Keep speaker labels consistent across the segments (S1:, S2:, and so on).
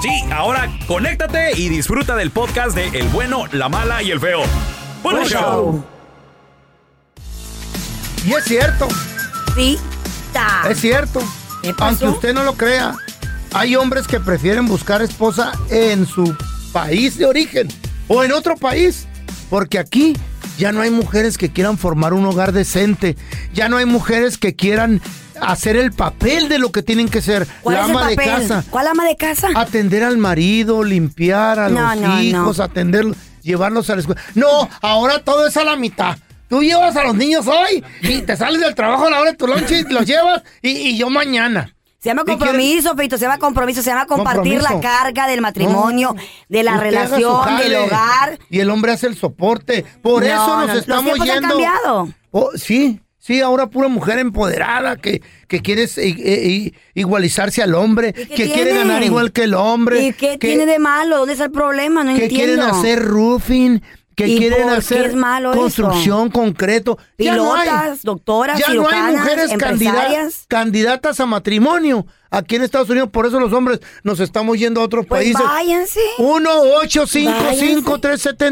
S1: Sí, ahora conéctate y disfruta del podcast de El bueno, la mala y el feo. Buen
S2: Buen
S1: show.
S2: Y es cierto,
S3: Pita.
S2: es cierto.
S3: pasó?
S2: Aunque usted no lo crea, hay hombres que prefieren buscar esposa en su país de origen o en otro país, porque aquí ya no hay mujeres que quieran formar un hogar decente, ya no hay mujeres que quieran hacer el papel de lo que tienen que ser,
S3: ¿Cuál
S2: la
S3: es el
S2: ama de
S3: papel?
S2: casa.
S3: ¿Cuál ama de casa?
S2: atender al marido, limpiar a
S3: No,
S2: los
S3: no, no.
S2: hijos, atenderlos, llevarlos a la escuela. No, ahora todo es a la mitad. Tú llevas a los niños hoy y te sales del trabajo a la hora de tu lonche y los llevas y, y yo mañana.
S3: Se llama
S2: ¿Y quiere-
S3: compromiso, Feito, se llama compromiso, se llama compartir
S2: Compromiso.
S3: la carga del matrimonio, de la
S2: Usted haga su
S3: relación,
S2: jale
S3: del hogar.
S2: Y el hombre hace el soporte. Por
S3: No,
S2: eso
S3: no,
S2: nos
S3: los
S2: estamos
S3: tiempos han
S2: yendo.
S3: cambiado.
S2: Oh, sí, sí, ahora pura mujer empoderada que, que quiere eh, eh, igualizarse al hombre,
S3: ¿Y
S2: que
S3: qué
S2: quiere
S3: tiene?
S2: ganar igual que el hombre.
S3: ¿Y
S2: que-
S3: qué tiene de malo? ¿Dónde está el problema? No
S2: que
S3: entiendo.
S2: quieren hacer roofing, que
S3: ¿Y
S2: quieren
S3: por qué
S2: hacer
S3: es malo
S2: construcción, concreto. Ya no hay.
S3: Pilotas, doctoras,
S2: ya no hay
S3: cirujanas,
S2: mujeres
S3: empresarias.
S2: candidatas, candidatas a matrimonio aquí en Estados Unidos. Por eso los hombres nos estamos yendo a otros
S3: Pues
S2: países.
S3: váyanse.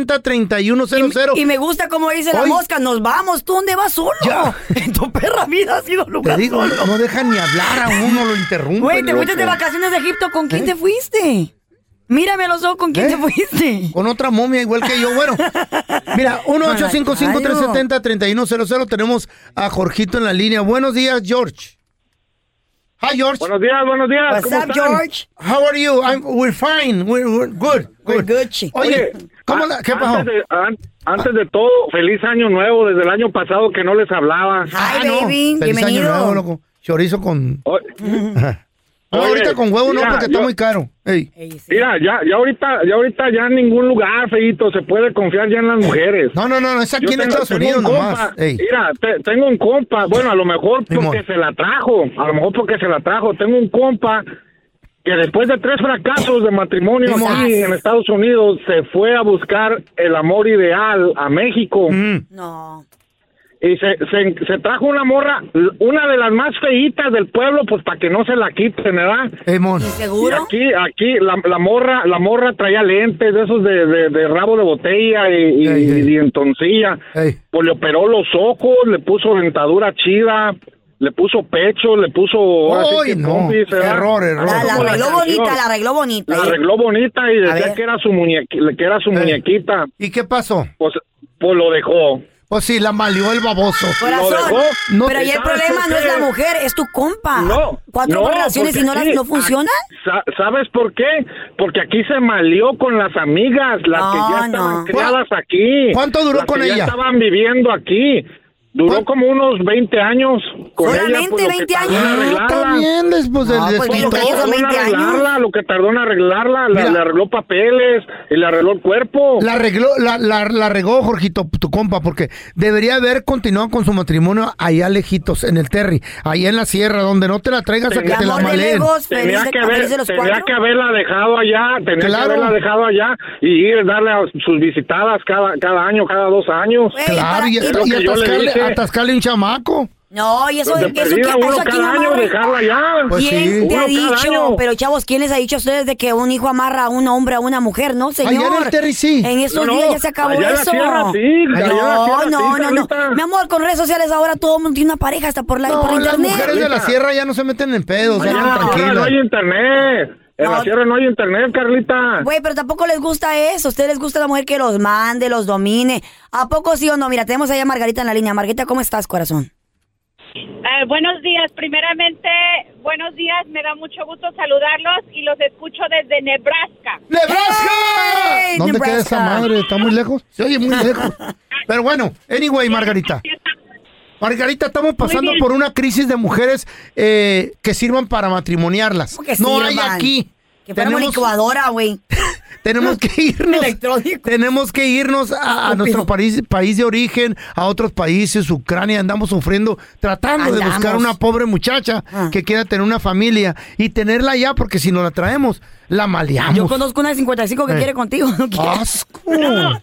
S2: 1-855-370-3100.
S3: Y me gusta como dice la
S2: Hoy-
S3: mosca, nos vamos, ¿tú dónde vas solo?
S2: Ya.
S3: En tu perra vida ha sido
S2: Te
S3: lugar.
S2: digo, no dejan ni hablar a uno, lo interrumpen.
S3: Güey, te fuiste
S2: loco.
S3: de vacaciones de Egipto, ¿con quién
S2: ¿Eh?
S3: te fuiste? Mírame a los ojos, ¿con quién
S2: ¿Eh?
S3: te fuiste?
S2: Con otra momia igual que yo. Bueno, mira, 1-855-370-3100. Tenemos a Jorgito en la línea. Buenos días, George. Hi, George.
S4: Buenos días, buenos días.
S3: What's
S4: ¿Cómo
S3: up,
S4: están?
S3: George?
S2: How are you? I'm, we're fine. We're, we're good.
S3: We're good, chick.
S2: Oye, ¿cómo
S4: a-
S2: la, ¿qué pasó?
S4: Ah, antes de, an- antes de todo, feliz año nuevo desde el año pasado que no les hablaba.
S3: Hi, baby,
S2: Ah, Feliz año
S3: bienvenido.
S2: nuevo, loco. Chorizo con...
S4: O-
S2: No,
S4: Oye,
S2: ahorita con huevo no,
S4: mira,
S2: porque está
S4: yo-
S2: muy caro. Ey.
S3: Ey, sí.
S4: Mira, ya, ya ahorita, ya ahorita ya en ningún lugar, feito, se puede confiar ya en las mujeres.
S2: No, no, no, no, es aquí
S4: Yo
S2: en
S4: tengo-
S2: Estados
S4: tengo
S2: Unidos
S4: un compa,
S2: nomás. Ey.
S4: Mira, te- tengo un compa, bueno, a lo mejor
S2: Ni modo.
S4: porque se la trajo, a lo mejor porque se la trajo. Tengo un compa que después de tres fracasos de matrimonio
S3: Ni modo.
S4: aquí en Estados Unidos se fue a buscar el amor ideal a México.
S2: Mm.
S3: No.
S4: Y se, se, se trajo una morra, una de las más feitas del pueblo, pues para que no se la quiten, ¿verdad?
S2: Ey, mon.
S4: Y
S3: ¿Seguro?
S4: aquí, aquí, la, la morra, la morra traía lentes de esos de, de, de rabo de botella y, y,
S2: Ey, ey.
S4: y dientoncilla.
S2: Ey.
S4: Pues le operó los ojos, le puso dentadura chida, le puso pecho, le puso... ahora sí
S2: Ay,
S4: que
S2: no,
S4: pompis, ¿verdad?
S2: error, error.
S3: La, la
S4: Como la
S3: arregló
S4: canción.
S3: bonita, la arregló bonita. ¿eh?
S4: La arregló bonita y
S3: ver.
S4: decía que era su, muñequi- que era su muñequita.
S2: ¿Y qué pasó?
S4: Pues, pues lo dejó.
S2: Pues sí, la maleó el baboso.
S4: Lo
S3: Corazón,
S4: dejó.
S2: No.
S3: pero ahí el
S4: ¿Sabes
S3: problema
S4: por
S3: no es la
S4: qué?
S3: mujer, es tu compa.
S4: No.
S3: Cuatro
S4: no,
S3: relaciones
S4: porque
S3: y no, las,
S4: aquí-
S3: no funcionan.
S4: sa- ¿Sabes por qué? Porque aquí se malió con las amigas, las que
S3: No,
S4: ya estaban
S3: no.
S4: criadas aquí.
S2: ¿Cuánto duró
S4: las
S2: con
S4: que
S2: ella?
S4: Ya estaban viviendo aquí. Duró
S2: ¿Cuán-
S4: como unos 20 años. Con ella,
S3: ¿Solamente
S4: pues, lo que
S3: 20
S4: tardó en
S3: años?
S2: Ah, está
S4: arreglarla.
S2: bien, después
S3: No,
S2: del
S3: pues,
S4: Pues, Lo
S3: Pero
S4: que
S2: despintón.
S3: que ya son
S4: tardó en
S3: 20 años.
S4: arreglarla, lo que tardó en arreglarla, la-
S2: Mira.
S4: le arregló papeles y le arregló el cuerpo.
S2: La arregló, la, la, la regó Jorgito, tu compa, porque debería haber continuado con su matrimonio allá lejitos, en el Terry, allá en la sierra, donde no te la traigas a que
S4: Tenía
S2: te la
S3: amor de
S2: maleen.
S3: lejos, feliz
S4: Tenía
S3: de,
S4: que, haber,
S3: feliz de los
S4: tenía
S3: cuatro.
S4: que haberla dejado allá, tenía
S2: Claro.
S4: que haberla dejado allá y ir, darle a sus visitadas cada, cada año, cada dos años.
S3: Güey,
S2: Claro,
S3: para-
S2: y,
S3: y-
S4: lo
S2: y
S4: que yo le
S2: atascarle,
S4: dije.
S2: atascarle un chamaco.
S3: No, y eso,
S4: De
S3: eso, que-
S4: perdida uno
S3: eso aquí
S4: cada
S3: no
S4: año
S3: amarra.
S4: dejarla allá.
S2: Pues sí.
S3: ¿Quién te
S4: Uno
S3: ha
S4: cada
S3: dicho?
S4: año.
S3: Pero chavos, ¿quién les ha dicho a ustedes de que un hijo amarra a un hombre a una mujer? No, señor.
S2: Allá en el Terry sí.
S3: En estos
S4: No, no,
S3: días ya se acabó
S4: allá en la
S3: eso.
S4: sierra sí, allá en la
S3: no,
S4: sierra
S3: no,
S4: sí,
S3: no, no.
S4: Carlita.
S3: Mi amor, con redes sociales ahora todo el mundo tiene una pareja hasta por la
S2: No,
S3: por
S2: las
S3: internet.
S2: mujeres de la
S4: Ahorita.
S2: sierra ya no se meten en pedos,
S4: Allá
S2: ya
S4: en la sierra no hay
S2: tranquilas.
S4: internet. En
S3: No.
S4: la sierra no hay internet, Carlita.
S3: Güey, pero tampoco les gusta eso. A ustedes les gusta la mujer que los mande, los domine. ¿A poco sí o no? Mira, tenemos ahí a Margarita en la línea. Margarita, ¿cómo estás, corazón?
S5: Eh, buenos días. Primeramente, buenos días. Me da mucho gusto saludarlos y los escucho desde Nebraska.
S2: ¡Nebraska!
S3: ¡Ey,
S2: ¿Dónde queda
S3: Nebraska!
S2: esa madre? ¿Está muy lejos? Se oye muy lejos. Pero bueno, anyway, Margarita. Margarita, estamos pasando
S5: bien.
S2: por una crisis de mujeres eh, que sirvan para matrimoniarlas.
S3: ¿Cómo que
S2: no hay
S3: sirvan?
S2: aquí.
S3: Que fuera una
S2: Tenemos-
S3: licuadora, güey.
S2: Tenemos que irnos. Tenemos que irnos a, a
S3: Estúpido.
S2: nuestro país, país de origen, a otros países, Ucrania, andamos sufriendo, tratando de
S3: Andamos.
S2: buscar una pobre muchacha
S3: Ah.
S2: que quiera tener una familia y tenerla allá, porque si no la traemos, la maleamos.
S3: Yo conozco una de 55 que
S2: Eh.
S3: quiere contigo. No quiere.
S2: ¡Asco!
S5: No,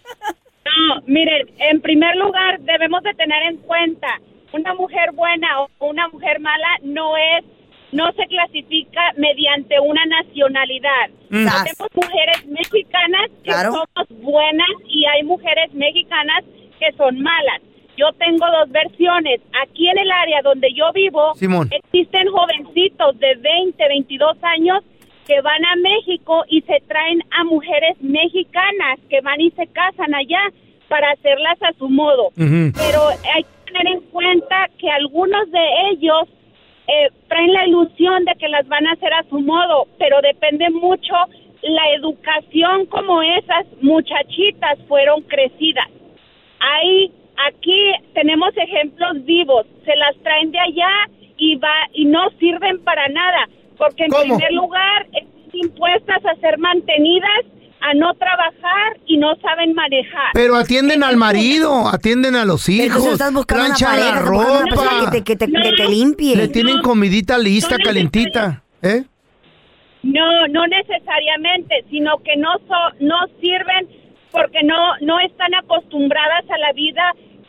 S5: miren, en primer lugar debemos de tener en cuenta una mujer buena o una mujer mala no es, no se clasifica mediante una nacionalidad.
S3: Sas.
S5: Tenemos mujeres mexicanas que
S3: Mm. Claro.
S5: somos buenas y hay mujeres mexicanas que son malas. Yo tengo dos versiones. Aquí en el área donde yo vivo,
S2: Simón.
S5: existen jovencitos de 20, 22 años que van a México y se traen a mujeres mexicanas que van y se casan allá para hacerlas a su modo.
S2: Ujú.
S5: Pero hay que tener en cuenta que algunos de ellos eh, traen la ilusión de que las van a hacer a su modo, pero depende mucho la educación como esas muchachitas fueron crecidas. Ahí, aquí tenemos ejemplos vivos, se las traen de allá y va y no sirven para nada, porque en
S2: ¿Cómo?
S5: primer lugar están impuestas a ser mantenidas, a no trabajar y no saben manejar.
S2: Pero atienden al marido, atienden a los hijos,
S3: Entonces estás buscando una
S2: planchan
S3: pareja,
S2: la
S3: estás buscando una persona
S2: ropa,
S3: que te, que te-
S5: No.
S3: que te limpie.
S2: le tienen comidita lista,
S5: No, no,
S2: calentita. ¿Eh?
S5: No, no necesariamente, sino que no so- no sirven porque no no están acostumbradas a la vida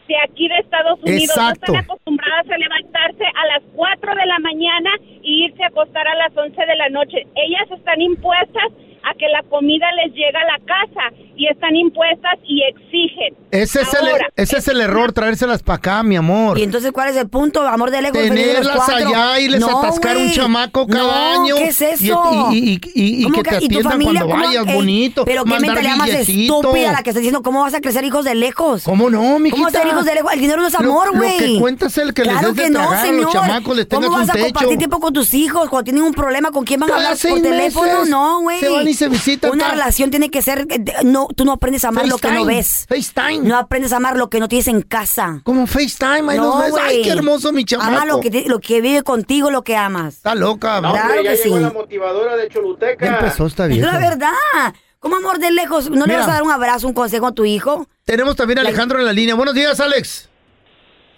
S5: de aquí de Estados Unidos.
S2: Exacto.
S5: No están acostumbradas a levantarse a las 4 de la mañana y irse a acostar a las 11 de la noche. Ellas están impuestas a que la comida les llega a la casa y están impuestas y exigen.
S2: Ese es, el, e-
S5: Ahora,
S2: ese es el error, traérselas para acá, mi amor.
S3: Y entonces, ¿cuál es el punto, amor de lejos? feliz de los
S2: Tenerlas
S3: cuatro?
S2: allá y les
S3: No,
S2: atascar un
S3: güey.
S2: chamaco cada
S3: No,
S2: año.
S3: ¿Qué es
S2: y-
S3: eso?
S2: Y, y- y- y
S3: ¿Cómo
S2: que te
S3: ¿y tu
S2: atiendan
S3: familia
S2: cuando
S3: cómo-
S2: vayas,
S3: ey,
S2: bonito.
S3: Pero qué
S2: mandar
S3: mentalidad más
S2: billetito.
S3: estúpida la que está diciendo, ¿cómo vas a crecer hijos de lejos?
S2: ¿Cómo no, mijita?
S3: ¿Cómo vas a ser hijos de lejos? El dinero no es
S2: Lo-
S3: amor,
S2: lo
S3: güey.
S2: que cuenta es el que les
S3: claro
S2: des de
S3: que no,
S2: tragar, los
S3: señor.
S2: chamacos, les tengas
S3: ¿Cómo
S2: un
S3: vas a
S2: techo?
S3: compartir tiempo con tus hijos cuando tienen un problema? ¿Con quién van a
S2: Cada
S3: hablar por
S2: seis
S3: teléfono?
S2: meses
S3: No, güey.
S2: se van y se visitan,
S3: Una
S2: ta.
S3: relación tiene que ser... eh, de- No, tú no aprendes a amar lo que no
S2: FaceTime,
S3: ves.
S2: FaceTime.
S3: No aprendes a amar lo que no tienes en casa.
S2: Como FaceTime, ahí
S3: no,
S2: los ves. Ay,
S3: güey.
S2: qué hermoso mi
S3: Ama lo
S2: chamaco.
S3: que, te- lo que vive contigo, lo que amas.
S2: Está loca,
S3: No,
S2: bro.
S3: Claro que sí.
S6: motivadora de Choluteca.
S2: Ya empezó esta
S3: Es
S2: vieja.
S3: la verdad. ¿Cómo amor de lejos? ¿No le
S2: Mira.
S3: vas a dar un abrazo, un consejo a tu hijo?
S2: Tenemos también a Alejandro en la línea. Buenos días, Alex.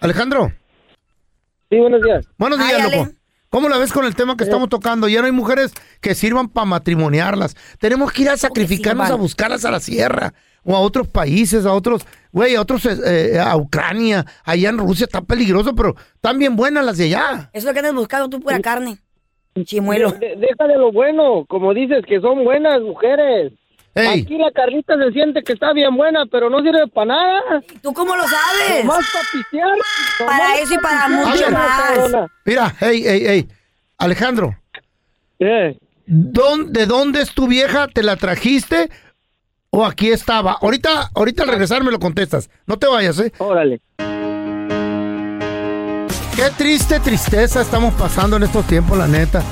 S2: Alejandro,
S4: Sí, buenos días.
S2: buenos
S3: Ay,
S2: días,
S3: Ale.
S2: loco. ¿Cómo la ves con el tema que estamos tocando? Ya no hay mujeres que sirvan para matrimoniarlas. Tenemos que ir a sacrificarnos
S3: sirvan.
S2: a buscarlas a la sierra o a otros países, a otros, güey, a otros, eh, eh, a Ucrania, allá en Rusia está peligroso, pero están bien buenas las de allá.
S3: Eso es lo que andas buscando tú, pura carne. Un chimuelo.
S4: De- deja de lo bueno, como dices, que son buenas mujeres.
S2: Ey.
S4: Aquí la Carlita se siente que está bien buena, pero no sirve para nada.
S3: ¿Tú cómo lo sabes?
S4: Más para pistear. nomás
S3: Para eso y para mucho
S2: Ale.
S3: más.
S4: cabrona.
S2: Mira, hey, hey, hey. Alejandro,
S4: Eh,
S2: ¿dón- ¿de dónde es tu vieja? ¿Te la trajiste o aquí estaba? Ahorita, ahorita al regresar me lo contestas. No te vayas, ¿eh?
S4: órale.
S2: Qué triste tristeza estamos pasando en estos tiempos, la neta.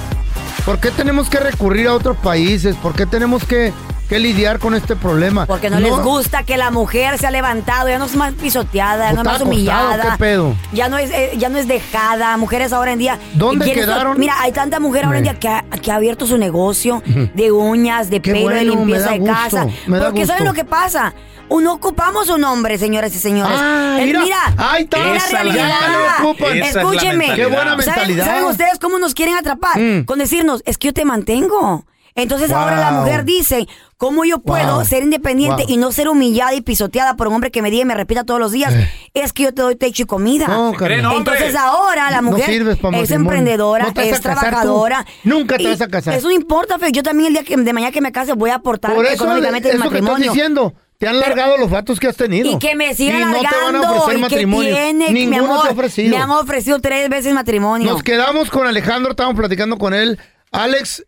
S2: ¿Por qué tenemos que recurrir a otros países? ¿Por qué tenemos que, que lidiar con este problema?
S3: Porque no, les gusta que la mujer se ha levantado, ya no es más pisoteada,
S2: ¿O
S3: no es
S2: está
S3: más
S2: acostado?
S3: humillada.
S2: ¿Qué pedo?
S3: Ya no es, eh, ya no es dejada. Mujeres ahora en día.
S2: ¿Dónde
S3: quieren so-
S2: quedaron?
S3: Mira, hay tanta mujer ahora en
S2: Me-
S3: día que ha, que ha abierto su negocio de uñas, de
S2: Qué
S3: pelo, de
S2: bueno, me
S3: limpieza
S2: da
S3: de
S2: gusto,
S3: casa.
S2: me da
S3: Porque
S2: gusto.
S3: ¿saben lo que pasa? No ocupamos un hombre, señoras y señores.
S2: Ah,
S3: Eh,
S2: mira. Ahí está.
S3: es
S1: Esa
S3: la
S1: es la
S3: realidad.
S1: mentalidad.
S2: Ocupan.
S1: Esa es la
S3: Escúcheme.
S1: mentalidad.
S2: Qué buena
S3: ¿Saben-
S2: mentalidad.
S3: ¿Saben ustedes cómo nos quieren atrapar?
S2: Mm.
S3: Con decirnos, es que yo te mantengo. Entonces ahora la
S2: Wow.
S3: mujer dice, ¿cómo yo puedo
S2: Wow.
S3: ser independiente
S2: Wow.
S3: y no ser humillada y pisoteada por un hombre que me diga y me repita todos los días? Es que yo te doy techo y comida.
S2: Eh. No, carnal.
S1: No, hombre.
S3: Entonces ahora la
S2: No
S3: mujer
S2: sirves para
S3: es
S2: matrimonio.
S3: emprendedora,
S2: No te vas a
S3: es
S2: casar tú.
S3: trabajadora.
S2: Nunca te
S3: Y
S2: vas a casar.
S3: Eso no importa, pero yo también el día que, de mañana que me case voy a aportar
S2: Por eso,
S3: económicamente
S2: eso
S3: en
S2: que estás
S3: matrimonio.
S2: diciendo. Te han largado los vatos que has tenido.
S3: Y que me sigan
S2: Y no te van
S3: largando.
S2: a ofrecer
S3: ¿Y qué
S2: matrimonio.
S3: tiene? mi
S2: Ninguno
S3: amor,
S2: te ha ofrecido.
S3: Me han ofrecido tres veces matrimonio.
S2: Nos quedamos con Alejandro, estábamos platicando con él. Alex,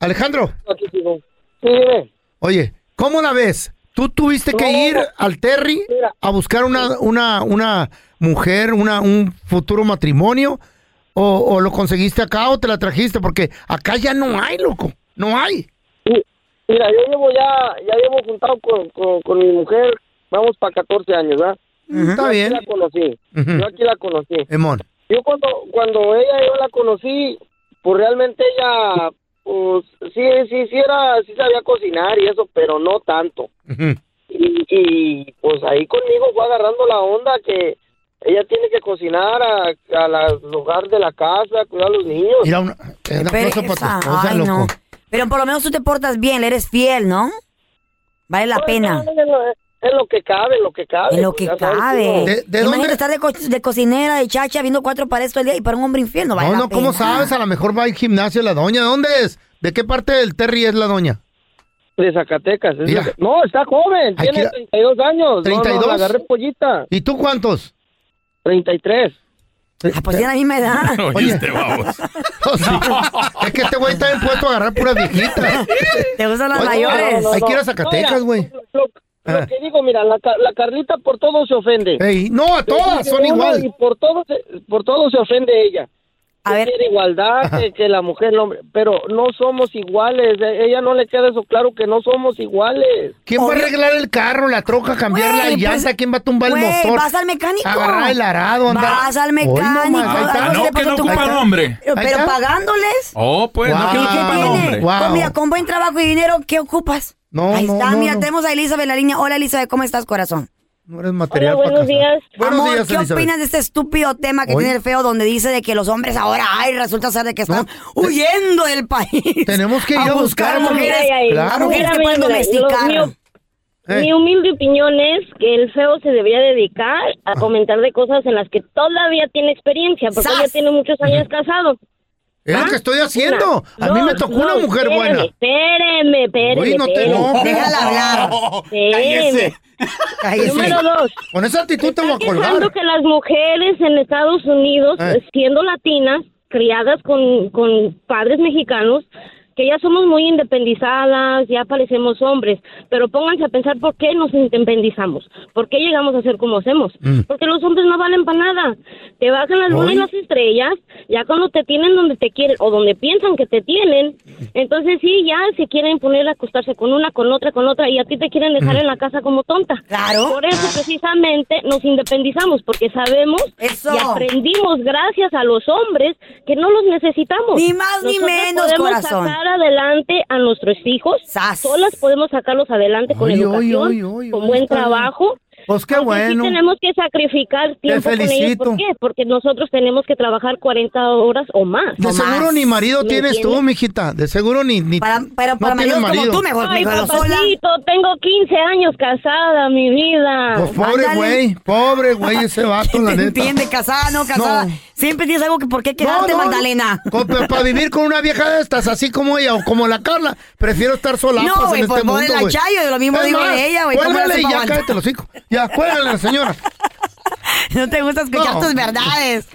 S2: Alejandro,
S4: Aquí sigo. Sí, mire,
S2: oye, ¿cómo la ves? Tú tuviste que
S4: No.
S2: ir al Terry
S4: Mira.
S2: a buscar una, una, una mujer, una, un futuro matrimonio, o, o lo conseguiste acá o te la trajiste, porque acá ya no hay, loco, no hay.
S4: mira, yo llevo ya, ya llevo juntado con, con, con mi mujer, vamos para 14 años, ¿verdad?
S2: Está bien,
S4: Yo aquí la conocí.
S2: Ujú.
S4: Yo aquí la conocí.
S2: Emón.
S4: Yo cuando, cuando ella, yo la conocí, pues realmente ella
S6: pues sí, sí, sí era, sí sabía cocinar y eso, pero no tanto. Y, y, pues ahí conmigo fue agarrando la onda que ella tiene que cocinar a, a la- al hogar de la casa, cuidar a los niños.
S2: Mira, un, un aplauso para tu
S3: pereza.
S2: esposa,
S3: Ay,
S2: loco.
S3: no. Pero por lo menos tú te portas bien, le eres fiel, ¿no? Vale la pena.
S6: Es lo, es lo que cabe, lo que cabe.
S3: En lo
S6: pues,
S3: que
S6: ya sabes
S3: cabe.
S6: cómo-
S2: ¿De- de
S3: Imagínate
S2: dónde?
S3: estar de, co- de cocinera, de chacha, viendo cuatro paredes todo el día y para un hombre infiel no vale
S2: No,
S3: la
S2: no, ¿cómo
S3: pena.
S2: sabes? A lo mejor va al gimnasio la doña. ¿Dónde es? ¿De qué parte del Terry es la doña?
S6: De Zacatecas. es
S2: Mira.
S6: de- no, está joven,
S2: Hay que ir
S6: tiene
S2: a-
S6: 32 años. No, no, la
S2: 32.
S6: agarré pollita,
S2: ¿Y tú cuántos?
S6: 33.
S3: Ah, pues tiene la misma edad.
S1: Oíste, vamos.
S2: O sea, Oh, es que este güey está impuesto a agarrar puras viejitas.
S3: Te gustan las
S2: Oye,
S3: mayores.
S2: no, no. Hay que ir a Zacatecas,
S6: Mira,
S2: güey.
S6: Lo, lo
S2: Ah.
S6: que digo, mira, la, Ca- la Carlita por todo se ofende.
S2: Ey, no, a todas son
S6: Yo digo, Y
S2: igual.
S6: por todo, se- por todo se ofende ella.
S3: A
S6: Que
S3: ver.
S6: quiere igualdad, que, que la mujer, el hombre, pero no somos iguales. A Ella no le queda eso claro que no somos iguales.
S2: ¿Quién va a
S3: Obvio.
S2: arreglar el carro, la troca, cambiar la
S3: Güey,
S2: llanta?
S3: pues,
S2: ¿Quién va a tumbar el
S3: güey,
S2: motor?
S3: vas al mecánico.
S2: Agarrar el arado, andar.
S3: Vas al
S2: Hoy
S3: mecánico.
S2: nomás, ahí está.
S3: algo
S1: Ah, no,
S3: se le
S1: que
S3: pasó
S1: no
S3: a tu
S1: ocupan
S3: carro.
S1: hombre.
S3: Pero,
S2: Ahí
S3: pero
S2: está.
S3: pagándoles.
S1: Oh, pues, no, que no
S2: Wow.
S3: ¿Qué
S1: ocupan
S3: tiene?
S1: hombre.
S2: Wow.
S3: Pues mira, con buen trabajo y dinero, ¿qué ocupas?
S2: No,
S3: Ahí
S2: no,
S3: está,
S2: no,
S3: mira,
S2: no.
S3: tenemos a Elizabeth en la línea. Hola, Elizabeth, ¿cómo estás, corazón?
S2: No eres material
S7: Hola,
S2: para
S7: buenos días.
S2: Buenos
S3: Amor,
S2: días,
S3: ¿qué
S2: Elizabeth.
S3: opinas de este estúpido tema que
S2: Hoy-
S3: tiene el feo donde dice de que los hombres ahora, ay, resulta ser de que
S2: No,
S3: están
S2: te-
S3: huyendo del país?
S2: Tenemos que ir a buscar,
S7: Ay,
S2: mujeres.
S7: ay, ay.
S2: Claro.
S3: a mujeres que
S7: Mira,
S3: pueden
S7: mira,
S3: domesticar.
S7: lo mío-
S2: Eh.
S7: Mi humilde opinión es que el feo se debería dedicar
S2: Ah.
S7: a comentar de cosas en las que todavía tiene experiencia, porque
S3: ¡Sas!
S7: ya tiene muchos años casado. ¿Ah?
S2: Es lo que estoy haciendo. A mí
S7: Una,
S2: me
S7: dos,
S2: tocó
S7: no,
S2: una mujer
S7: espéreme,
S2: buena.
S7: Espéreme, espéreme.
S2: Uy, no te-
S7: espéreme.
S2: no.
S3: Déjala hablar.
S7: Espéreme.
S3: Cállese.
S7: Número dos.
S2: Con esa actitud te voy a
S7: pensando
S2: colgar.
S7: que las mujeres en Estados Unidos,
S2: Eh.
S7: siendo latinas, criadas con, con padres mexicanos, que ya somos muy independizadas, ya parecemos hombres, pero pónganse a pensar por qué nos independizamos, por qué llegamos a ser como hacemos,
S2: Mm.
S7: porque los hombres no valen para nada, te bajan las lunas y
S2: Ay.
S7: las estrellas, ya cuando te tienen donde te quieren o donde piensan que te tienen, entonces sí, ya se quieren poner a acostarse con una, con otra, con otra, y a ti te quieren
S2: Mm.
S7: dejar en la casa como tonta.
S3: Claro.
S7: Por eso precisamente nos independizamos, porque sabemos
S3: Eso.
S7: y aprendimos gracias a los hombres que no los necesitamos.
S3: Ni más ni
S7: Nosotras
S3: menos,
S7: podemos
S3: corazón.
S7: sacar adelante a nuestros hijos.
S3: Sas.
S7: Solas podemos sacarlos adelante con
S2: Oy, oy,
S7: educación,
S2: oy, oy,
S7: con
S2: oy,
S7: buen
S2: está bien.
S7: trabajo.
S2: Pues qué
S7: Aunque
S2: bueno.
S7: Sí tenemos que sacrificar tiempo con ellos.
S2: felicito.
S7: ¿Por qué? Porque nosotros tenemos que trabajar 40 horas o más.
S2: De
S3: No
S2: seguro
S3: más.
S2: ni marido
S7: ¿Me
S2: tienes tú,
S7: entiendes?
S2: mijita. De seguro ni. ni
S3: Para, para, para
S2: no tienes
S3: maridos
S2: marido.
S3: como tú, mejor,
S7: Ay,
S3: mejor sola.
S7: papacito, tengo 15 años casada, mi vida.
S2: Pues pobre
S3: Ándale.
S2: güey. Pobre güey ese vato, la
S3: ¿Te
S2: neta.
S3: entiende? Casada, no casada.
S2: No.
S3: Siempre tienes algo que por qué
S2: No,
S3: quedarte,
S2: no,
S3: Magdalena.
S2: con- pero para vivir con una vieja de estas, así como ella o como la Carla, prefiero estar sola.
S3: No,
S2: pues,
S3: güey,
S2: en
S3: pues,
S2: este
S3: pobre
S2: mundo,
S3: la
S2: güey.
S3: Chayo, lo mismo
S2: Es
S3: digo de
S2: más,
S3: ella, güey, ¿cómo la
S2: cuélgale y
S3: hace
S2: ya
S3: pa'
S2: cállate los hijos. Ya, cuélgale a la señora.
S3: No te gusta escuchar
S2: No.
S3: tus verdades.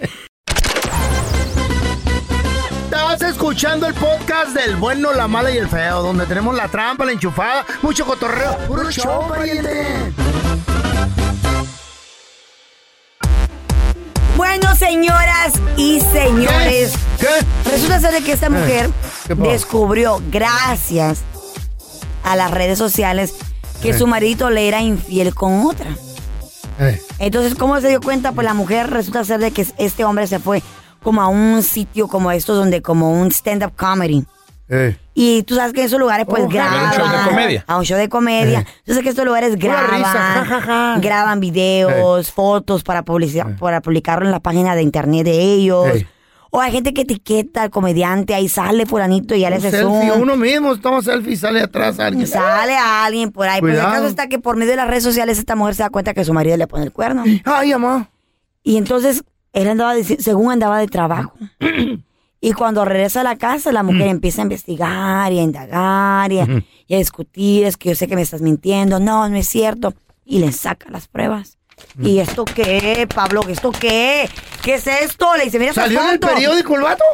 S2: Estás escuchando el podcast del bueno, la mala y el feo, donde tenemos la trampa, la enchufada, mucho cotorreo. ¡Puro show, pariente!
S3: Bueno, señoras y señores,
S2: ¿Qué? Eh,
S3: resulta ser de que esta mujer
S2: ¿qué pasó?
S3: descubrió, gracias a las redes sociales, que
S2: Eh.
S3: su marido le era infiel con otra.
S2: Eh,
S3: Entonces, ¿cómo se dio cuenta? Pues la mujer resulta ser de que este hombre se fue como a un sitio como estos, donde como un stand-up comedy.
S2: eh.
S3: Y tú sabes que en esos lugares pues
S2: Oh,
S3: graban.
S2: a un show de
S1: comedia.
S3: A un show de comedia.
S2: Eh.
S3: Yo sé que estos lugares
S2: Pura
S3: graban.
S2: risa, ja, ja, ja. Eh.
S3: Graban videos, fotos para, publicidad, para publicarlo en la página de internet de ellos.
S2: Ey.
S3: O hay gente que etiqueta al comediante, ahí sale fulanito y ya le
S2: Un
S3: hace
S2: selfie,
S3: zoom.
S2: uno mismo, estamos selfie, sale atrás alguien.
S3: Sale a alguien por ahí. Pero el
S2: Cuidado.
S3: caso está que por medio de las redes sociales esta mujer se da cuenta que su marido le pone el cuerno.
S2: Ay, mamá.
S3: Y entonces él andaba, de- según andaba de trabajo. y cuando regresa a la casa, la
S2: Mm.
S3: mujer empieza a investigar y a indagar y a, y a discutir. Es que yo sé que me estás mintiendo. No, no es cierto. Y le saca las pruebas.
S2: Mm.
S3: ¿Y esto qué, Pablo? ¿Esto qué? ¿Qué es esto? Le dice, mira,
S2: ¿Salió en el
S3: tanto.
S2: periódico el vato?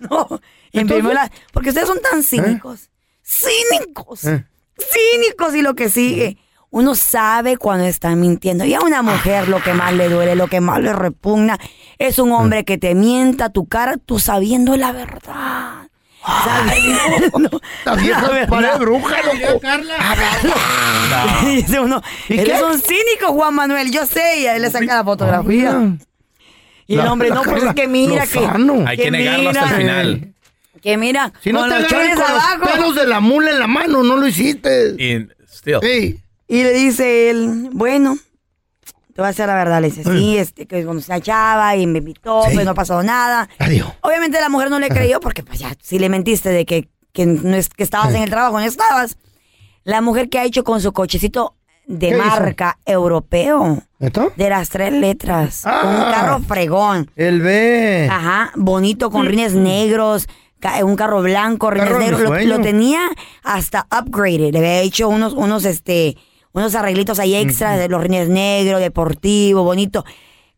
S3: No, en primer lugar, porque ustedes son tan cínicos. Cínicos.
S2: Eh.
S3: Cínicos y lo que sigue. Uno sabe cuando están mintiendo. Y a una mujer lo que más le duele, lo que más le repugna, es
S2: Mm.
S3: un hombre que te mienta a tu cara, tú sabiendo la verdad. Sabiendo
S2: La vieja
S3: verdad.
S2: para bruja, loco.
S3: Dice uno,
S2: ¿Y
S3: eres
S2: qué?
S3: un cínico, Juan Manuel, yo sé, y ahí le saca la fotografía.
S2: Mira.
S3: Y el
S2: La-
S3: hombre,
S2: la
S3: no, pues
S2: Carla
S3: es que mira que...
S2: Lozano.
S1: Hay que negarlo hasta el
S3: mira".
S1: final.
S3: Que mira,
S2: Si no
S3: con
S2: te
S3: los
S2: agarran
S3: chones
S2: con
S3: abajo.
S2: los pelos de la mula en la mano, no lo hiciste.
S8: In still.
S2: Sí.
S3: Y le dice él, bueno, te voy a hacer la verdad. Le dice, sí, este, que conocí una chava y me invitó,
S2: Mm. Sí.
S3: pues no ha pasado nada.
S2: Adiós.
S3: Obviamente la mujer no le creyó porque pues ya, si le mentiste de que, que no es, que estabas en el trabajo, no estabas. La mujer que ha hecho con su cochecito de
S2: ¿Qué hizo?
S3: marca europeo,
S2: ¿Esto?
S3: de las tres letras, con un
S2: Ah.
S3: carro fregón.
S2: El B. Mm.
S3: Ajá, bonito, con rines negros, ca- un carro blanco, rines
S2: Carro de
S3: negros. Lo,
S2: sueño.
S3: lo tenía hasta upgraded. Le había hecho unos, unos, este, unos arreglitos ahí extras de los rines negros, deportivo, bonito.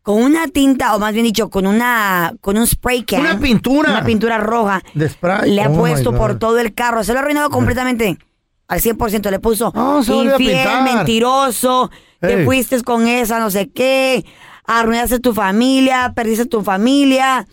S3: Con una tinta, o más bien dicho, con una, con un spray can.
S2: Una pintura.
S3: Una pintura roja.
S2: De spray.
S3: Le ha
S2: Oh, my
S3: puesto por
S2: God.
S3: todo el carro. Se lo ha arruinado completamente. Al 100% le puso
S2: No, Ah, se volvió a
S3: infiel,
S2: pintar.
S3: mentiroso, te
S2: Ey.
S3: fuiste con esa, no sé qué, arruinaste tu familia, perdiste tu familia.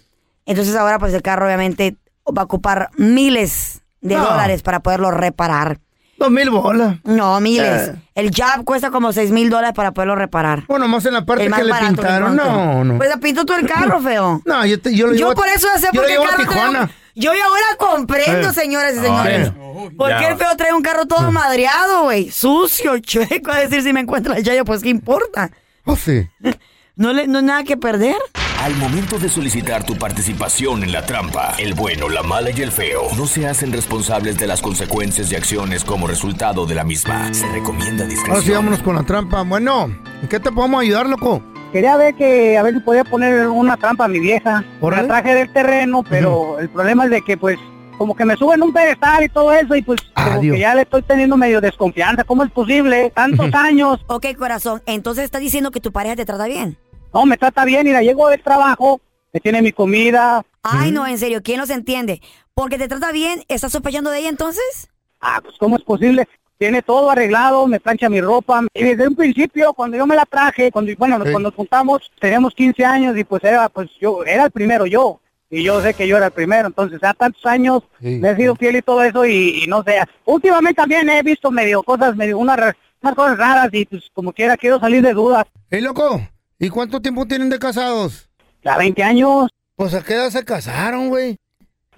S3: Entonces ahora pues el carro obviamente va a ocupar miles de
S2: No.
S3: dólares para poderlo reparar.
S2: Dos mil bolas.
S3: No, miles.
S2: Eh.
S3: El jab cuesta como seis mil dólares para poderlo reparar.
S2: Bueno, más en la parte
S3: el
S2: que le
S3: barato que
S2: pintaron.
S3: encontré.
S2: No, no.
S3: Pues pintó todo el carro, feo.
S2: No, yo, te- yo lo llevo
S3: Yo
S2: a-
S3: por eso ya sé
S2: yo
S3: por
S2: lo
S3: qué
S2: llevo a
S3: carro
S2: Tijuana.
S3: trae un- Yo ya ahora comprendo,
S2: Eh.
S3: señoras y
S8: Ah,
S3: señores. ¿Por
S8: ya.
S3: qué el feo trae un carro todo madreado, güey? Sucio, chueco. A decir si me encuentra el yayo, pues qué importa.
S2: Oh, sí.
S3: No, le, no hay nada que perder.
S9: Al momento de solicitar tu participación en la trampa, el bueno, la mala y el feo no se hacen responsables de las consecuencias y acciones como resultado de la misma. Se recomienda
S2: Ahora sí,
S9: discreción.
S2: vámonos con la trampa. Bueno, ¿en qué te podemos ayudar, loco?
S10: Quería ver que a ver si podía poner una trampa a mi vieja.
S2: Órale.
S10: La traje del terreno, pero el problema es de que pues como que me suben un pedestal y todo eso y pues como
S2: Adiós.
S10: que ya le estoy teniendo medio desconfianza. ¿Cómo es posible? Tantos años.
S3: Ok, corazón. Entonces estás diciendo que tu pareja te trata bien.
S10: No, me trata bien, mira, llego del trabajo, me tiene mi comida.
S3: Ay, no, en serio, ¿quién los entiende? Porque te trata bien, ¿estás sospechando de ella entonces?
S10: Ah, pues cómo es posible. Tiene todo arreglado, me plancha mi ropa. Y desde un principio, cuando yo me la traje, cuando bueno,
S2: Sí.
S10: cuando nos juntamos, teníamos 15 años y pues era, pues yo era el primero yo. Y yo sé que yo era el primero, entonces ya tantos años
S2: Sí.
S10: me he sido fiel y todo eso y, y no sé. Últimamente también he visto medio cosas, medio unas, ra- unas cosas raras y pues como quiera quiero salir de dudas.
S2: Ey, loco, ¿y cuánto tiempo tienen de casados?
S10: A 20 años,
S2: Pues a qué edad se casaron, güey.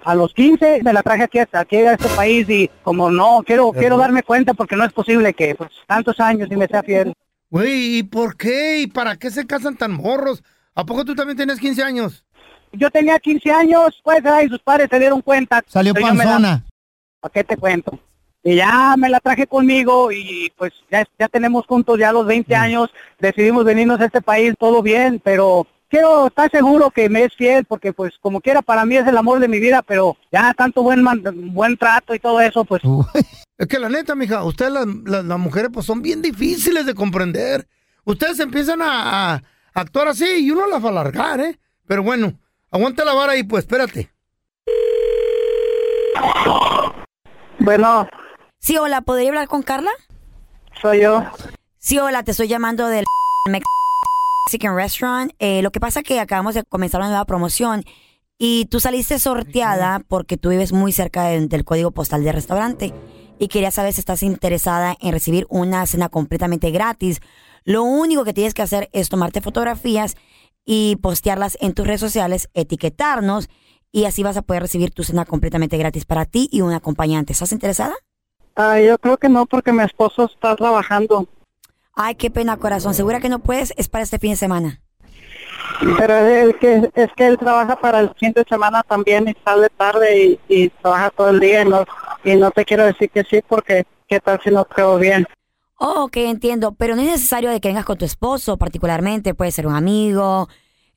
S10: a los 15 me la traje aquí, hasta aquí a este país y como no, quiero quiero darme cuenta porque no es posible que pues tantos años y me sea fiel.
S2: Güey, ¿y por qué? ¿Y para qué se casan tan morros? ¿A poco tú también tenías 15 años?
S10: Yo tenía 15 años, pues, y sus padres se dieron cuenta. Pero yo me la- ¿Para qué te cuento? Y ya me la traje conmigo y pues ya, ya tenemos juntos ya los 20 años, decidimos venirnos a este país, todo bien, pero quiero estar seguro que me es fiel porque pues como quiera para mí es el amor de mi vida, pero ya tanto buen man- buen trato y todo eso, pues
S2: Es que la neta, mija, ustedes las, las- las mujeres pues son bien difíciles de comprender. Ustedes empiezan a, a actuar así y uno las va a alargar, ¿eh? Pero bueno, aguanta la vara y pues espérate.
S10: bueno,
S3: Sí, hola, ¿podría hablar con Carla?
S10: soy yo.
S3: Sí, hola, te estoy llamando del Mexican Restaurant. Eh, lo que pasa que acabamos de comenzar una nueva promoción y tú saliste sorteada porque tú vives muy cerca de- del código postal del restaurante y quería saber si estás interesada en recibir una cena completamente gratis. Lo único que tienes que hacer es tomarte fotografías y postearlas en tus redes sociales, etiquetarnos y así vas a poder recibir tu cena completamente gratis para ti y un acompañante. ¿Estás interesada?
S10: Ah, yo creo que no porque mi esposo está trabajando,
S3: Ay, qué pena, corazón. ¿Segura que no puedes? Es para este fin de semana.
S10: pero es que es que él trabaja para el fin de semana también y sale tarde y, y trabaja todo el día y no y no te quiero decir que sí porque qué tal si no quedo bien.
S3: Oh, ok, entiendo, pero no es necesario de que vengas con tu esposo particularmente, puede ser un amigo,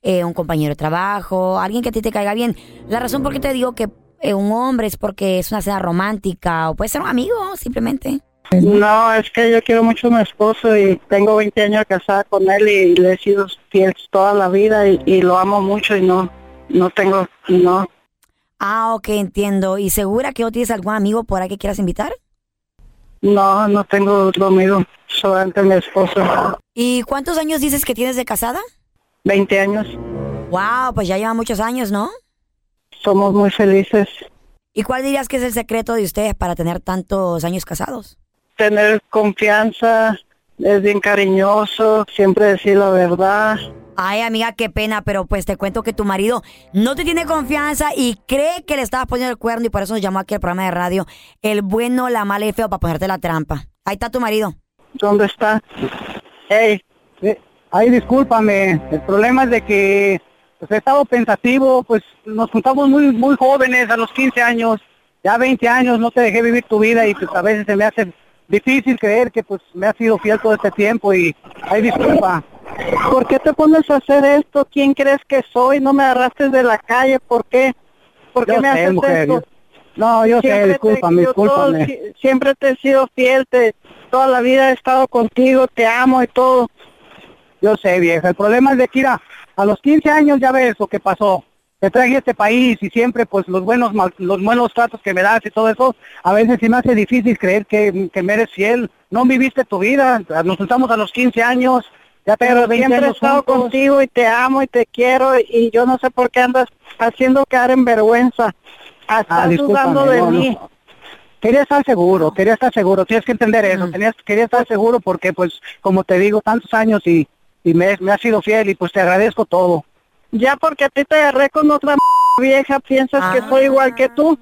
S3: eh, un compañero de trabajo, alguien que a ti te caiga bien. La razón por qué te digo que eh, un hombre es porque es una cena romántica o puede ser un amigo simplemente.
S10: No, es que yo quiero mucho a mi esposo y tengo 20 años casada con él y le he sido fiel toda la vida y, y lo amo mucho y no, no tengo, no.
S3: Ah, ok, entiendo. ¿Y segura que no tienes algún amigo por ahí que quieras invitar?
S10: No, no tengo dormido, solamente mi esposo.
S3: ¿Y cuántos años dices que tienes de casada?
S10: 20 años,
S3: Wow, pues ya lleva muchos años, ¿no?
S10: somos pues muy felices.
S3: ¿Y cuál dirías que es el secreto de ustedes para tener tantos años casados?
S10: Tener confianza, Es bien cariñoso, siempre decir la verdad.
S3: Ay, amiga, qué pena, pero pues te cuento que tu marido no te tiene confianza y cree que le estabas poniendo el cuerno y por eso nos llamó aquí al programa de radio El bueno, la mala y el feo para ponerte la trampa. Ahí está tu marido.
S10: ¿Dónde está? Hey, eh, ay, discúlpame. El problema es de que pues, he estado pensativo, pues nos juntamos muy, muy jóvenes, a los 15 años, ya 20 años, no te dejé vivir tu vida y pues a veces se me hace difícil creer que pues me has sido fiel todo este tiempo y ay, disculpa.
S8: ¿Por qué te pones a hacer esto? ¿Quién crees que soy? No me agarraste de la calle, ¿por qué? ¿Por qué
S10: Yo
S8: me
S10: sé,
S8: haces
S10: mujer,
S8: esto?
S10: yo- No, yo sé,
S8: Siempre te-
S10: discúlpame,
S8: yo todo-
S10: discúlpame.
S8: si- siempre te he sido fiel, te- toda la vida he estado contigo, te amo y todo.
S10: Yo sé, vieja. El problema es de que, mira, a los 15 años ya ves lo que pasó. Te traje a este país y siempre, pues, los buenos mal- los buenos tratos que me das y todo eso, a veces se me hace difícil creer que, que me eres fiel. No viviste tu vida. Nos juntamos a los 15 años. Ya tenemos
S8: Pero
S10: 20
S8: siempre he
S10: años
S8: estado
S10: juntos.
S8: contigo y te amo y te quiero y yo no sé por qué andas haciendo caer en vergüenza.
S10: Ah,
S8: Estás
S10: discúlpame,
S8: dudando de
S10: no, no.
S8: mí.
S10: Quería estar seguro, quería estar seguro, tienes que entender eso, tenías, quería estar seguro porque pues como te digo, tantos años y, y me, me has sido fiel y pues te agradezco todo.
S8: Ya porque a ti te agarré con otra vieja, piensas que soy igual que tú.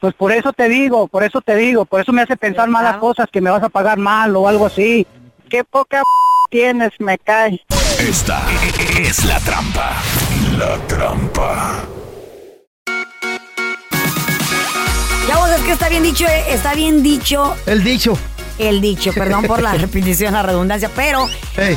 S10: Pues por eso te digo, por eso te digo, por eso me hace pensar malas cosas, que me vas a pagar mal o algo así.
S8: Qué poca tienes, me cae.
S9: Esta es la trampa. La trampa.
S3: Ya vos es que está bien dicho, eh, está bien dicho.
S2: El dicho.
S3: El dicho, perdón por la repetición, la redundancia, pero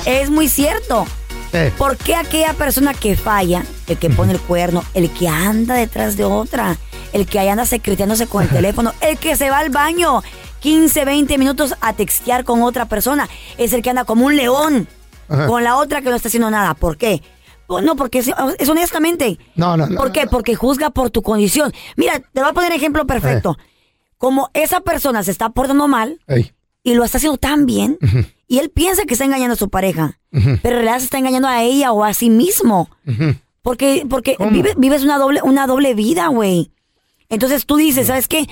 S3: es muy cierto.
S2: Ey.
S3: ¿Por qué aquella persona que falla, el que pone el cuerno, el que anda detrás de otra, el que ahí anda secreteándose con el teléfono, el que se va al baño 15, 20 minutos a textear con otra persona, es el que anda como un león
S2: Ajá.
S3: con la otra que no está haciendo nada? ¿Por qué? Pues No, porque es, es honestamente.
S2: No, no, no.
S3: ¿Por qué? Porque juzga por tu condición. Mira, te voy a poner ejemplo perfecto. Como esa persona se está portando mal
S2: Ey.
S3: y lo está haciendo tan bien, y él piensa que está engañando a su pareja,
S2: Ujú.
S3: pero en realidad se está engañando a ella o a sí mismo.
S2: Ujú.
S3: Porque, porque vive- vives una doble, una doble vida, güey. Entonces tú dices, ¿sabes qué?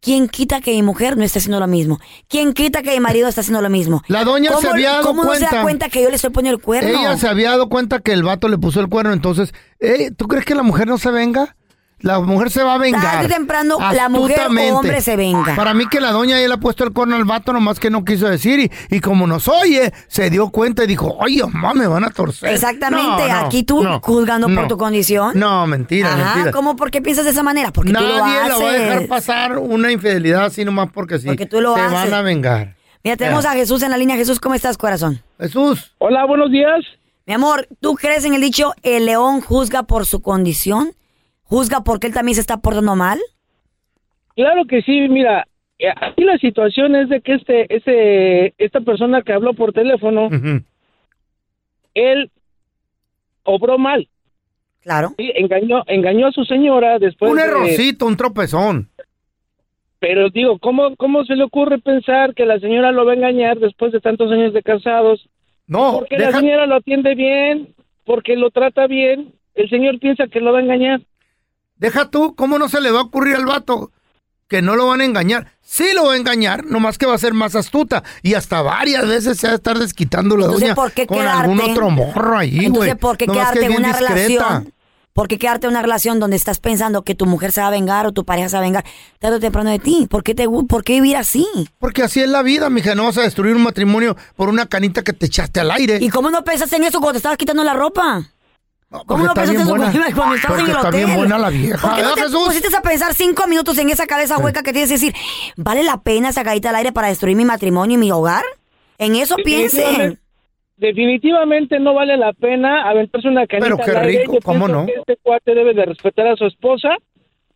S3: ¿Quién quita que mi mujer no esté haciendo lo mismo? ¿Quién quita que mi marido está haciendo lo mismo?
S2: La doña se había dado
S3: ¿Cómo no se da
S2: cuenta.
S3: cuenta que yo le estoy poniendo el cuerno?
S2: Ella se había dado cuenta que el vato le puso el cuerno, entonces, eh, ¿tú crees que la mujer no se venga? La mujer se va a vengar.
S3: Tarde o temprano, la mujer o
S2: Astutamente.
S3: hombre se venga.
S2: Para mí que la doña ya le ha puesto el cuerno al vato, nomás que no quiso decir. Y, y como nos oye, se dio cuenta y dijo, oye, mamá, me van a torcer.
S3: Exactamente,
S2: Pues, No, no,
S3: aquí tú
S2: no,
S3: juzgando
S2: no.
S3: por tu condición.
S2: No, mentira,
S3: Ajá,
S2: mentira.
S3: ¿cómo? ¿Por qué piensas de esa manera? Porque tú lo
S2: Nadie
S3: haces.
S2: la va a dejar pasar una infidelidad así nomás porque sí.
S3: Porque tú lo
S2: se
S3: haces.
S2: van a vengar.
S3: Mira, tenemos
S2: Eh.
S3: a Jesús en la línea. Jesús, ¿cómo estás, corazón?
S2: Jesús.
S11: Hola, buenos días.
S3: Mi amor, ¿tú crees en el dicho el león juzga por su condición? ¿Juzga porque él también se está portando mal?
S11: Claro que sí, mira, eh, aquí la situación es de que este, este, esta persona que habló por teléfono, él obró mal.
S3: Claro.
S11: engañó, engañó a su señora
S6: Pues,
S11: después
S2: Un
S6: eh,
S11: de-
S2: errorcito, un tropezón.
S11: Pero digo, ¿cómo, ¿cómo se le ocurre pensar que la señora lo va a engañar después de tantos años de casados?
S2: No,
S11: porque la
S2: deja-
S11: señora lo atiende bien, porque lo trata bien, el señor piensa que lo va a engañar.
S2: Deja tú, ¿cómo no se le va a ocurrir al vato? Que no lo van a engañar. Sí lo va a engañar, nomás que va a ser más astuta. Y hasta varias veces se va a estar desquitando la
S3: Entonces,
S2: doña
S3: ¿por qué
S2: con
S3: quedarte?
S2: algún otro morro ahí, güey.
S3: Entonces, ¿por qué
S2: Nomás que
S3: quedarte
S2: es
S3: en
S2: bien
S3: una
S2: discreta.
S3: relación? ¿Por qué quedarte en una relación donde estás pensando que tu mujer se va a vengar o tu pareja se va a vengar tarde o temprano de ti? ¿Por qué, te, gu- ¿por qué vivir así?
S2: Porque así es la vida, mija. No vas a destruir un matrimonio por una canita que te echaste al aire.
S3: ¿Y cómo no pensaste en eso cuando te estabas quitando la ropa? ¿Cómo
S2: porque
S3: no
S2: está bien
S3: pensaste en eso
S2: buena.
S3: cuando, cuando estabas en
S2: Porque
S3: el
S2: está
S3: hotel?
S2: bien buena la vieja, ¿eh?
S3: ¿Por qué no
S2: ¿verdad,
S3: te
S2: Jesús?
S3: pusiste a pensar cinco minutos en esa cabeza hueca que tienes y decir, ¿vale la pena esa caída al aire para destruir mi matrimonio y mi hogar? En eso piensen.
S11: Definitivamente- Definitivamente no vale la pena aventarse una canita.
S2: Pero qué
S11: al aire.
S2: rico,
S11: Yo
S2: ¿cómo
S11: pienso
S2: no?
S11: que este cuate debe de respetar a su esposa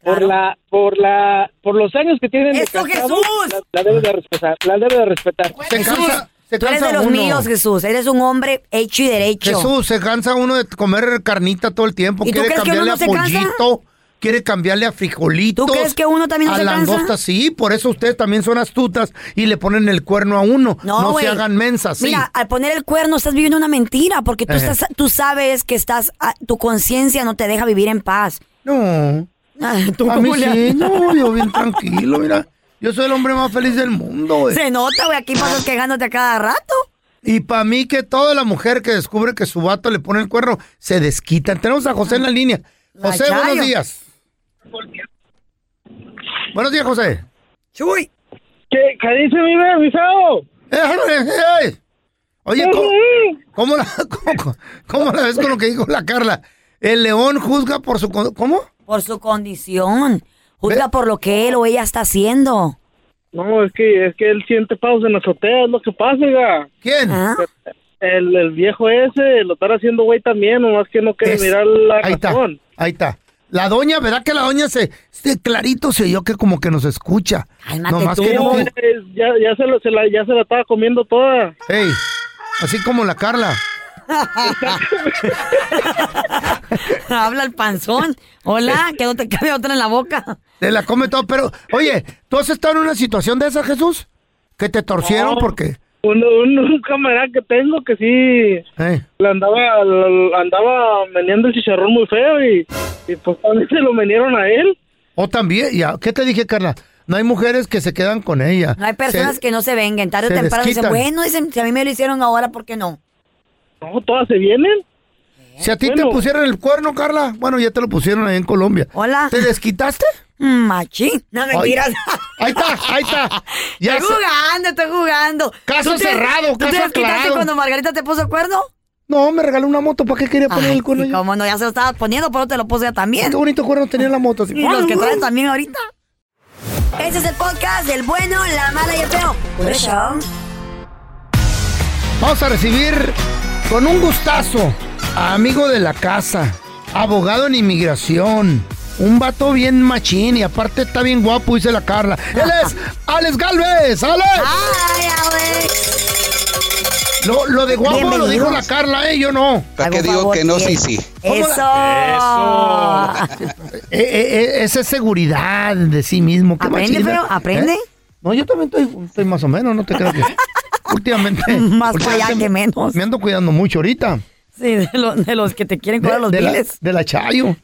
S11: por la, por la, por los años que tienen. de
S3: ¡Eso,
S11: casados,
S3: Jesús!
S11: La, la debe de respetar, la debe de respetar.
S3: Jesús,
S2: se
S3: tú eres
S2: cansa
S3: de los
S2: uno.
S3: míos, Jesús. Eres un hombre hecho y derecho.
S2: Jesús, se cansa uno de comer carnita todo el tiempo.
S3: ¿Y tú
S2: Quiere
S3: crees que uno
S2: cambiarle
S3: no se
S2: a
S3: cansa?
S2: pollito. Quiere cambiarle a frijolitos.
S3: ¿Tú crees que uno también no
S2: a
S3: se cansa?
S2: langosta, sí. Por eso ustedes también son astutas y le ponen el cuerno a uno. No,
S3: güey.
S2: se hagan mensas, sí.
S3: Mira, al poner el cuerno estás viviendo una mentira porque tú,
S2: Eh.
S3: estás, tú sabes que estás, ah, tu conciencia no te deja vivir en paz.
S2: No.
S3: Ay, tú,
S2: a mí
S3: ¿cómo le
S2: sí,
S3: haces?
S2: no, yo bien tranquilo, mira. Yo soy el hombre más feliz del mundo, güey.
S3: Se nota, güey, aquí pasas quejándote a cada rato.
S2: Y para mí que toda la mujer que descubre que su vato le pone el cuerno se desquita. Tenemos a José en la línea.
S3: La
S2: José,
S3: Chayo.
S2: buenos días. Buenos días, José.
S3: Chuy.
S11: ¿Qué, qué dice mi besado?
S2: Eh, Oye, ¿cómo, cómo la, cómo- cómo la ves con lo que dijo la Carla? El león juzga por su... con- ¿Cómo?
S3: Por su condición. Juzga por lo que él o ella está haciendo.
S11: No, es que, es que él siente pasos en la azotea, es lo que pasa, oiga.
S2: ¿Quién?
S11: El, el viejo ese, lo está haciendo güey también, nomás que no quiere
S2: Es-
S11: mirar la
S2: ahí está,
S11: razón.
S2: ahí está. La doña, ¿verdad que la doña se, se clarito se oyó que como que nos escucha?
S11: No,
S2: Nomás que no-
S11: es- Pues, ya, ya se lo- se la, ya se la estaba comiendo toda.
S2: Ey, así como la Carla.
S3: Habla el panzón. Hola, que no te cabe otra en la boca.
S2: Se la come todo, pero oye, ¿tú has estado en una situación de esa, Jesús? ¿Que te torcieron
S11: No.
S2: porque
S11: Un, un, un camarada que tengo que sí
S2: Eh.
S11: le andaba le andaba meneando el chicharrón muy feo y, y pues también se lo menieron a él.
S2: o también, ya, ¿qué te dije, Carla? No hay mujeres que se quedan con ella.
S3: No hay personas
S2: Se-
S3: que no se vengan. Tarde o
S2: se
S3: temprano dicen,
S2: desquitan.
S3: bueno, dicen, si a mí me lo hicieron ahora, ¿por qué no?
S11: No, todas se vienen.
S2: Si a ti
S3: Bueno.
S2: te pusieron el cuerno, Carla, bueno, ya te lo pusieron ahí en Colombia.
S3: Hola.
S2: ¿Te desquitaste?
S3: Machín. No, mentiras.
S2: Ahí está, ahí está. Ya
S3: estoy
S2: se-
S3: jugando, estoy jugando.
S2: Caso
S3: ¿Tú te-
S2: cerrado,
S3: ¿tú te
S2: caso
S3: desquitaste
S2: aclarado.
S3: cuando Margarita te puso cuerno?
S2: No, me regaló una moto, ¿para qué quería poner
S3: Ay,
S2: el cuerno?
S3: sí, cómo no, ya se lo estaba poniendo, pero te lo puse ya también.
S2: Qué bonito cuerno tenía la moto. así.
S3: Y los que traen también ahorita. Ese es el podcast del bueno, la mala y el feo. Por eso.
S2: Vamos a recibir con un gustazo a amigo de la casa, abogado en inmigración, un vato bien machín y aparte está bien guapo, dice la Carla. Él es Alex Galvez, Alex. Lo, lo de guapo lo
S12: Bienvenido.
S2: dijo la Carla, eh, yo no.
S12: ¿Para qué digo que no? Sí, sí.
S2: ¿Cómo la- Eh, eh, eh, esa es seguridad de sí mismo. qué
S3: Aprende,
S2: machín,
S3: feo,
S2: ¿eh?
S3: aprende.
S2: ¿Eh? No, yo también estoy, estoy más o menos, no te creo que... últimamente...
S3: Más para allá
S2: últimamente
S3: que menos.
S2: Me ando cuidando mucho ahorita.
S3: Sí, de, lo- de los que te quieren cobrar los
S2: de la-
S3: biles.
S2: de la Chayo.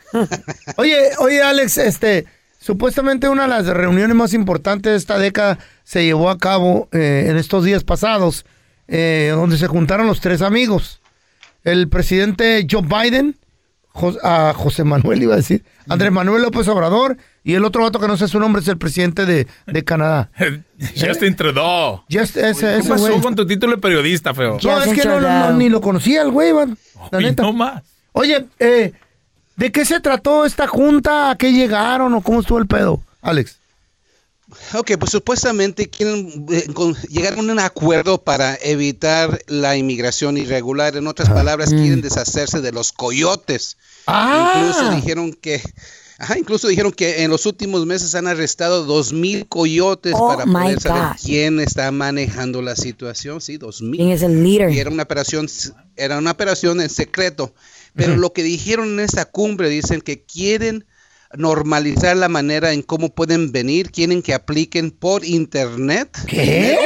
S2: Oye, oye, Alex, este, supuestamente una de las reuniones más importantes de esta década se llevó a cabo eh, en estos días pasados, eh, donde se juntaron los tres amigos. El presidente Joe Biden, Jo- a José Manuel iba a decir, Andrés Manuel López Obrador, y el otro vato que no sé su nombre es el presidente de, de Canadá.
S13: Justin Trudeau.
S2: Just- ese-
S13: ¿Qué
S2: ese
S13: pasó
S2: güey.
S13: con tu título de periodista, feo?
S2: No, es que no, no, no, ni lo conocía el güey, va, la neta. Oye, eh, ¿de qué se trató esta junta? ¿A qué llegaron o cómo estuvo el pedo, Alex?
S12: Ok, pues supuestamente quieren eh, con- llegar a un acuerdo para evitar la inmigración irregular. En otras palabras, quieren deshacerse de los coyotes. Incluso dijeron que... ajá, incluso dijeron que en los últimos meses han arrestado 2.000 coyotes
S3: Oh
S12: para
S3: my
S12: poder saber
S3: God.
S12: quién está manejando la situación. Sí, 2.000.
S3: ¿Quién es el líder?
S12: Y era una operación, era una operación en secreto. Pero lo que dijeron en esa cumbre, dicen que quieren normalizar la manera en cómo pueden venir, quieren que apliquen por internet. primero.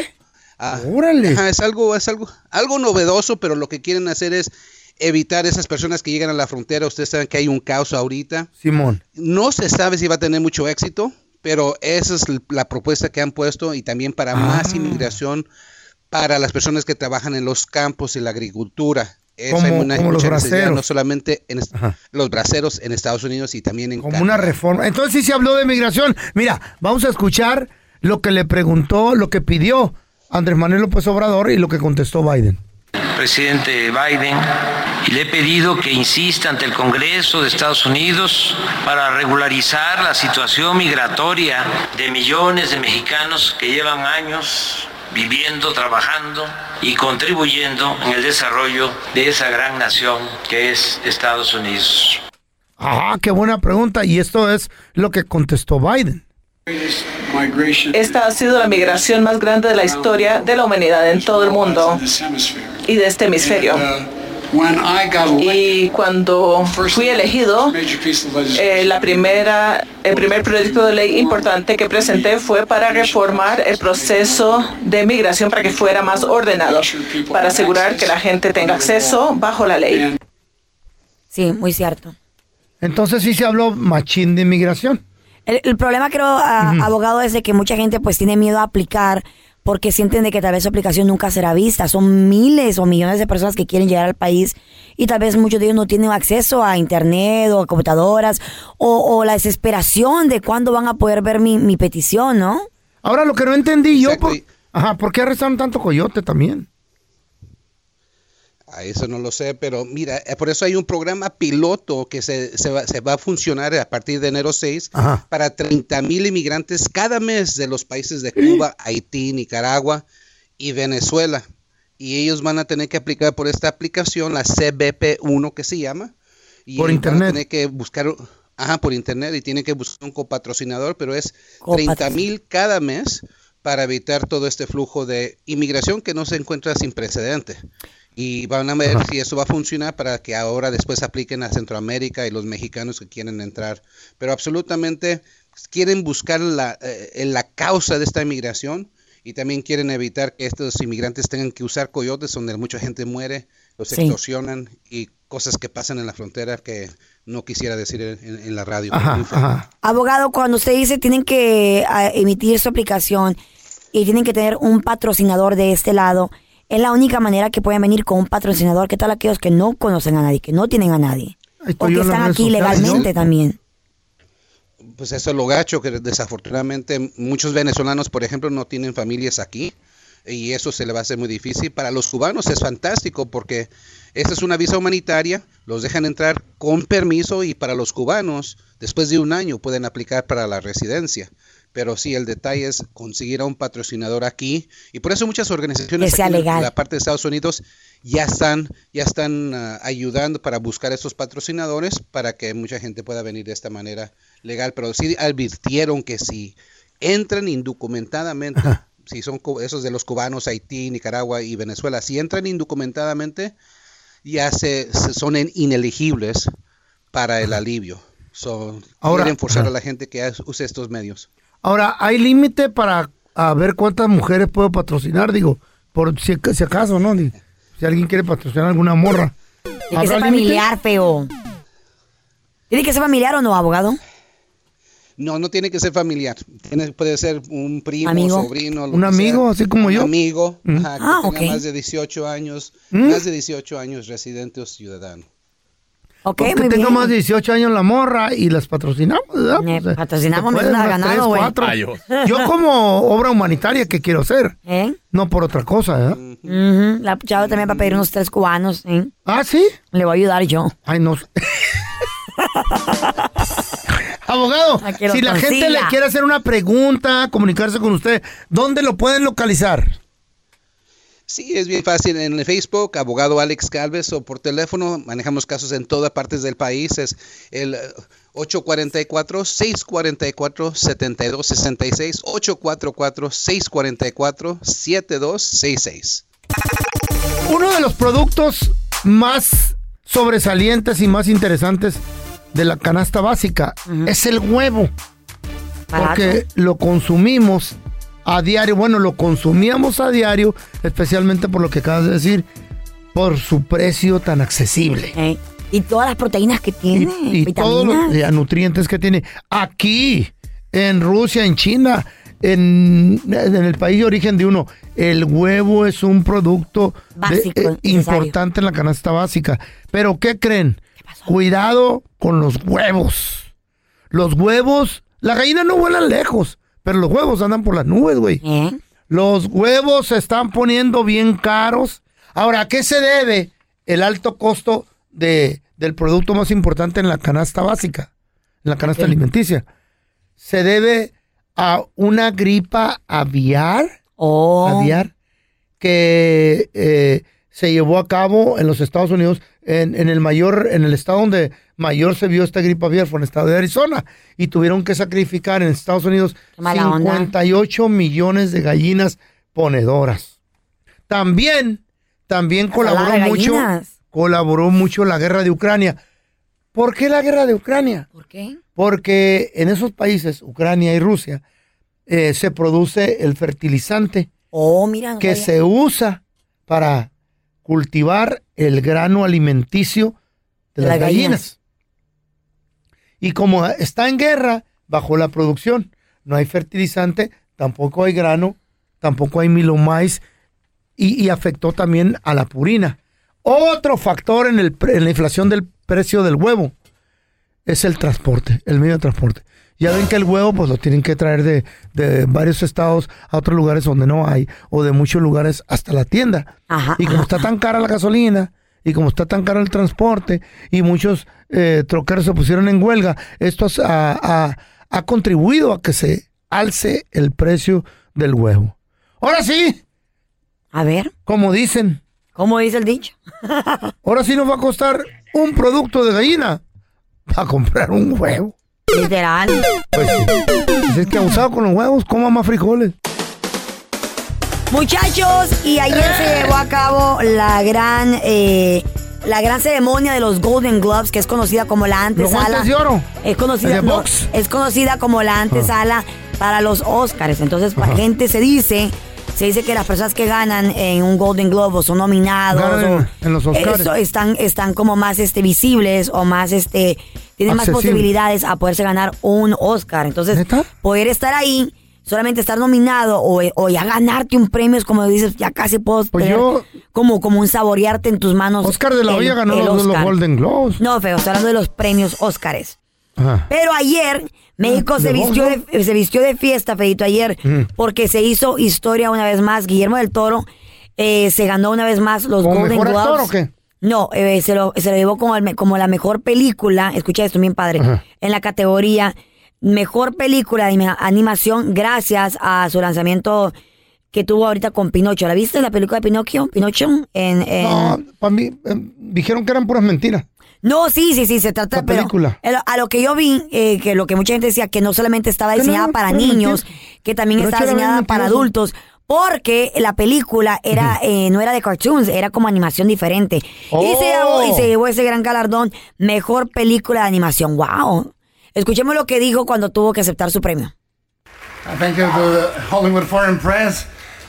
S12: Ah, ajá, es algo, es algo, algo novedoso, pero lo que quieren hacer es evitar esas personas que llegan a la frontera. Ustedes saben que hay un caos ahorita.
S2: Simón.
S12: No se sabe si va a tener mucho éxito, pero esa es l- la propuesta que han puesto y también
S2: Ah.
S12: para más inmigración para las personas que trabajan en los campos y la agricultura. Esa
S2: Como-
S12: hay
S2: como los
S12: mucha necesidad,
S2: braceros.
S12: No solamente en est- los braceros en Estados Unidos y también en
S2: Como una reforma. Entonces sí se habló de migración. Mira, vamos a escuchar lo que le preguntó, lo que pidió Andrés Manuel López Obrador y lo que contestó Biden.
S14: presidente Biden y le he pedido que insista ante el Congreso de Estados Unidos para regularizar la situación migratoria de millones de mexicanos que llevan años viviendo, trabajando y contribuyendo en el desarrollo de esa gran nación que es Estados Unidos.
S2: Ah, qué buena pregunta. Y esto es lo que contestó Biden.
S15: Esta ha sido la migración más grande de la historia de la humanidad en todo el mundo y de este hemisferio. Y cuando fui elegido, eh, la primera, el primer proyecto de ley importante que presenté fue para reformar el proceso de migración para que fuera más ordenado, para asegurar que la gente tenga acceso bajo la ley.
S3: Sí, muy cierto.
S2: Entonces sí se habló machín de migración.
S3: El, el problema, creo, a- abogado, es de que mucha gente pues tiene miedo a aplicar porque sienten de que tal vez su aplicación nunca será vista. Son miles o millones de personas que quieren llegar al país y tal vez muchos de ellos no tienen acceso a internet o a computadoras o, o la desesperación de cuándo van a poder ver mi, mi petición, ¿no?
S2: Ahora lo que no entendí yo, por, ajá, ¿por qué arrestaron tanto coyote también?
S12: A eso no lo sé, pero mira, eh, por eso hay un programa piloto que se, se va, se va a funcionar a partir de enero 6
S2: Ajá.
S12: para 30 mil inmigrantes cada mes de los países de Cuba, Haití, Nicaragua y Venezuela. Y ellos van a tener que aplicar por esta aplicación, la CBP1 que se llama. Y
S2: Por
S12: ellos van a
S2: internet.
S12: tener que buscar, ajá, por internet y tienen que buscar un copatrocinador, pero es
S3: Copatrocinador.
S12: 30 mil cada mes para evitar todo este flujo de inmigración que no se encuentra sin precedente. Y van a ver si eso va a funcionar para que ahora después apliquen a Centroamérica y los mexicanos que quieren entrar. Pero absolutamente quieren buscar la, eh, la causa de esta inmigración y también quieren evitar que estos inmigrantes tengan que usar coyotes donde mucha gente muere, los
S3: Sí.
S12: extorsionan y cosas que pasan en la frontera que no quisiera decir en, en- en la radio. pero
S2: Ajá,
S12: muy feo.
S2: ajá.
S3: Abogado, cuando usted dice tienen que ah, emitir su aplicación y tienen que tener un patrocinador de este lado, es la única manera que pueden venir con un patrocinador. ¿Qué tal aquellos que no conocen a nadie, que no tienen a nadie?
S2: yo
S3: O que
S2: en las
S3: están
S2: redes
S3: aquí
S2: sociales, ¿no?
S3: legalmente también.
S12: Pues eso es lo gacho, que desafortunadamente muchos venezolanos, por ejemplo, no tienen familias aquí y eso se le va a hacer muy difícil. Para los cubanos es fantástico porque esta es una visa humanitaria, los dejan entrar con permiso y para los cubanos, después de un año, pueden aplicar para la residencia. Pero sí, el detalle es conseguir a un patrocinador aquí y por eso muchas organizaciones
S3: Que sea
S12: aquí en
S3: legal.
S12: la parte de Estados Unidos ya están, ya están ah, ayudando para buscar esos patrocinadores para que mucha gente pueda venir de esta manera legal, pero sí advirtieron que si entran indocumentadamente, si son cu- esos de los cubanos, Haití, Nicaragua y Venezuela, si entran indocumentadamente, ya se, se- son en- inelegibles para el alivio. So,
S2: Ahora-
S12: quieren forzar a
S2: Ajá.
S12: la gente que as- use estos medios.
S2: Ahora, ¿hay límite para a ver cuántas mujeres puedo patrocinar? Digo, por si, si acaso, ¿no? Digo, Si alguien quiere patrocinar alguna morra.
S3: Tiene que ser
S2: ¿Habrá límite?
S3: familiar, feo. ¿Tiene que ser familiar o no, abogado?
S12: No, no tiene que ser familiar. Tiene- puede ser un primo,
S3: Amigo.
S12: sobrino. lo
S2: Un
S12: que
S2: amigo,
S12: sea.
S2: así como
S12: Un
S2: yo.
S12: amigo,
S2: Mm.
S12: ajá, que
S3: Ah,
S12: tenga
S3: ok.
S12: más de 18 años,
S2: Mm.
S12: más de 18 años residente o ciudadano.
S3: Ok,
S2: Pues que
S3: muy
S2: tenga
S3: bien.
S2: más de 18 años la morra y las patrocinamos, ¿verdad?
S3: Eh,
S2: Pues, eh,
S3: patrocinamos,
S2: se
S3: me
S2: pueden
S3: suena
S2: unas
S3: ganado,
S2: tres,
S3: güey.
S2: cuatro.
S3: Ay, yo.
S2: Yo como obra humanitaria que quiero hacer,
S3: ¿Eh?
S2: no por otra cosa, ¿eh? ¿verdad?
S3: Mm. Ujú, La chava también va a pedir unos tres cubanos. ¿eh?
S2: ¿Ah, sí?
S3: Le voy a ayudar yo.
S2: Ay, no. Abogado,
S3: Ah, que lo
S2: si la gente le
S3: consiga.
S2: quiere hacer una pregunta, comunicarse con usted, ¿dónde lo pueden localizar?
S12: Sí, es bien fácil. En el Facebook, abogado Alex Calves o por teléfono, manejamos casos en todas partes del país. Es el eh, 844-644-7266, 844-644-7266.
S2: Uno de los productos más sobresalientes y más interesantes de la canasta básica es el huevo.
S3: Barato.
S2: Porque lo consumimos a diario, bueno, lo consumíamos a diario, especialmente por lo que acabas de decir, por su precio tan accesible.
S3: ¿eh? Y todas las proteínas que tiene,
S2: y todos
S3: vitaminas.
S2: los eh, nutrientes que tiene aquí, en Rusia, en China, en, en el país de origen de uno. El huevo es un producto de-
S3: Básico,
S2: eh,
S3: necesario.
S2: importante en la canasta básica. Pero ¿qué creen? Cuidado con los huevos. Los huevos, la gallina no vuelan lejos, pero los huevos andan por las nubes, güey. Los huevos se están poniendo bien caros. Ahora, ¿a qué se debe el alto costo de, del producto más importante en la canasta básica, en la canasta alimenticia? Se debe a una gripa aviar, aviar que eh, se llevó a cabo en los Estados Unidos, en, en el mayor, en el estado donde mayor se vio esta gripa aviar fue en el estado de Arizona, y tuvieron que sacrificar en Estados Unidos
S3: Qué mala onda.
S2: 58 millones de gallinas ponedoras. También, también colaboró
S3: de
S2: mucho,
S3: gallinas.
S2: colaboró mucho la guerra de Ucrania. ¿Por qué la guerra de Ucrania?
S3: ¿Por qué?
S2: Porque en esos países, Ucrania y Rusia, eh, se produce el fertilizante
S3: Oh, mira. no
S2: que
S3: sabía.
S2: se usa para cultivar el grano alimenticio de las
S3: De las gallinas.
S2: gallinas. Y como está en guerra, bajó la producción. No hay fertilizante, tampoco hay grano tampoco hay milomais y, y afectó también a la purina. Otro factor en, el pre- en la inflación del precio del huevo es el transporte, el medio de transporte. Ya ven que el huevo pues lo tienen que traer de, de varios estados a otros lugares donde no hay o de muchos lugares hasta la tienda. y como está tan cara la gasolina y como está tan caro el transporte y muchos eh, troqueros se pusieron en huelga, esto ha- ha- ha contribuido a que se alce el precio del huevo. Ahora sí.
S3: A ver.
S2: Como dicen.
S3: ¿Cómo dice el dicho?
S2: Ahora sí nos va a costar un producto de gallina para comprar un huevo.
S3: Literal.
S2: Pues sí. Si es que abusado con los huevos, coma más frijoles.
S3: Muchachos, y ayer se llevó a cabo la gran, eh, la gran ceremonia de los Golden Gloves, que es conocida como la antesala.
S2: guantes de oro?
S3: Es conocida,
S2: ¿De
S3: no,
S2: box?
S3: es conocida como la antesala para los Oscars. Entonces, la
S2: Ajá.
S3: gente se dice, se dice que las personas que ganan en un Golden Globe o son nominados
S2: Ganan
S3: o-
S2: en- en los Oscars.
S3: eso, están, están como más este, visibles o más este, tienen más
S2: Accesible.
S3: posibilidades a poderse ganar un Oscar. Entonces, poder estar ahí, solamente estar nominado o, o ya ganarte un premio es como dices, ya casi puedo tener
S2: Pues yo-
S3: como, como un saborearte en tus manos.
S2: Oscar de la
S3: el-
S2: Hoya ganó
S3: el
S2: los, los
S3: Oscar.
S2: Golden Globes.
S3: No, feo, estoy hablando de los premios Óscares.
S2: Ajá.
S3: Pero ayer México
S2: Ah. ¿De
S3: se
S2: vos, no?
S3: vistió de, se vistió de fiesta, Fedito, ayer,
S2: Mm.
S3: porque se hizo historia una vez más. Guillermo del Toro eh, se ganó una vez más los
S2: ¿Como
S3: Golden
S2: mejor
S3: Globes.
S2: actor o qué?
S3: No, eh, se, lo, se lo llevó como, el me- como la mejor película, escucha esto bien padre,
S2: Ajá.
S3: en la categoría mejor película de anima- animación gracias a su lanzamiento que tuvo ahorita con Pinocho. ¿La viste, la película de Pinocchio? Pinocho en... en-
S2: No, para mí eh, dijeron que eran puras mentiras.
S3: no, sí, sí, sí, se trata de
S2: película.
S3: A lo que yo vi, eh, que lo que mucha gente decía, que no solamente estaba
S2: Que no,
S3: diseñada
S2: no,
S3: para
S2: era
S3: niños, que también
S2: Pero
S3: estaba
S2: es que era bien
S3: diseñada para
S2: mentiroso.
S3: adultos, porque la película era eh, no era de cartoons, era como animación diferente. Y,
S2: Oh.
S3: se llevó, y se llevó ese gran galardón, mejor película de animación. ¡Wow! Escuchemos lo que dijo cuando tuvo que aceptar su premio.
S16: I thank you to the Hollywood Foreign Press.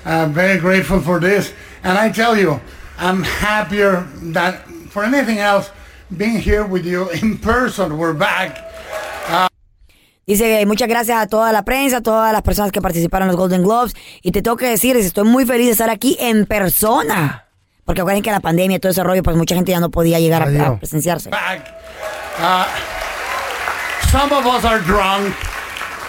S16: I'm very grateful for this. And I tell you, I'm happier than for anything else being here with you in person. We're back. Uh,
S3: Dice, muchas gracias a toda la prensa, a todas las personas que participaron en los Golden Globes. Y te tengo que decir, estoy muy feliz de estar aquí en persona. Porque acuérdense que la pandemia y todo ese rollo, pues mucha gente ya no podía llegar a, a presenciarse.
S16: back. Uh, some of us are drunk.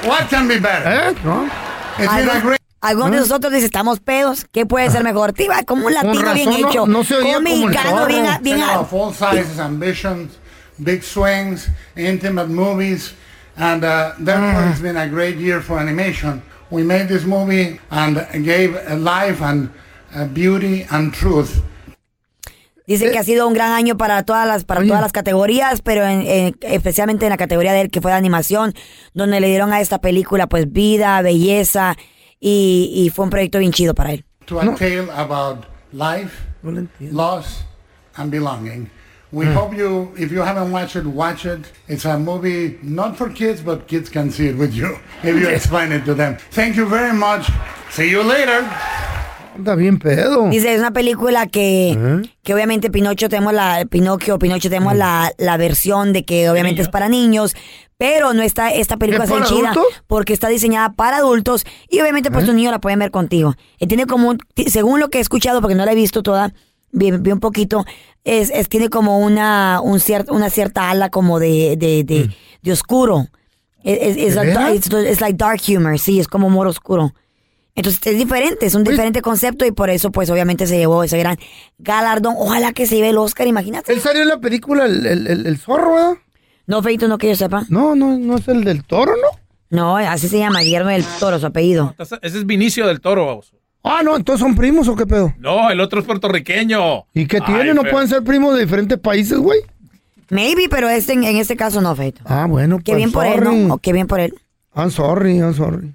S16: What can be better? It's been a
S3: Algo-
S16: great.
S3: Algunos de nosotros dice, estamos pedos, ¿qué puede ser mejor? Tiba, como un
S16: Con
S3: latino bien
S16: razón, no-
S3: hecho,
S16: no se oía
S3: un
S16: como el
S3: mexicano bien,
S16: zorro.
S3: bien-
S16: Cinema of all sizes, ambitions, big swings, intimate movies, and uh, therefore it's been a great year for animation. We made this movie and gave uh, life and uh, beauty and truth.
S3: Dice que ha sido un gran año para todas las, para todas las categorías, pero en- en- especialmente en la categoría de él, que fue de animación, donde le dieron a esta película pues vida, belleza, y, y fue un proyecto bien chido para él.
S16: to a tale about life, loss, and belonging. We
S2: Hmm.
S3: Mm.
S16: hope you, if you haven't watched it, watch it. It's a movie not for kids, but kids can see it with you if you explain it to them. Thank you very much. See you later.
S2: Anda bien pedo.
S3: Dice, es una película que, que obviamente Pinocho tenemos la, Pinocchio, Pinocho tenemos la, la versión de que obviamente es para niños, pero no está, esta película
S2: ¿Es
S3: está
S2: para
S3: chida
S2: adultos?
S3: porque está diseñada para adultos y obviamente pues
S2: ¿Eh?
S3: tus niños la pueden ver contigo. Eh, Tiene como, un- ti- según lo que he escuchado, porque no la he visto toda, vi, vi un poquito, es, es- tiene como una, un cierto una cierta ala como de, de, de,
S2: Mm.
S3: de oscuro. Es, es,
S2: ¿De veras?
S3: like dark humor, sí, es como humor oscuro. Entonces es diferente, es un diferente concepto y por eso pues obviamente se llevó ese gran galardón. Ojalá que se lleve el Oscar, imagínate.
S2: ¿Él salió en la película El, el- el- el Zorro, ¿verdad?
S3: No, Feito, no que yo sepa.
S2: No, no, no es el del toro, ¿no?
S3: No, así se llama Guillermo del Toro, su apellido.
S13: Ese es Vinicio del Toro, baboso.
S2: Ah, no, entonces son primos o qué pedo.
S13: No, el otro es puertorriqueño.
S2: ¿Y qué
S13: Ay,
S2: tiene? ¿No
S13: feo.
S2: pueden ser primos de diferentes países, güey?
S3: Maybe, pero este, en este caso no, Feito.
S2: Ah, bueno,
S3: Qué
S2: pues,
S3: bien por él,
S2: sorry.
S3: ¿no? O qué bien por él.
S2: I'm sorry, I'm sorry.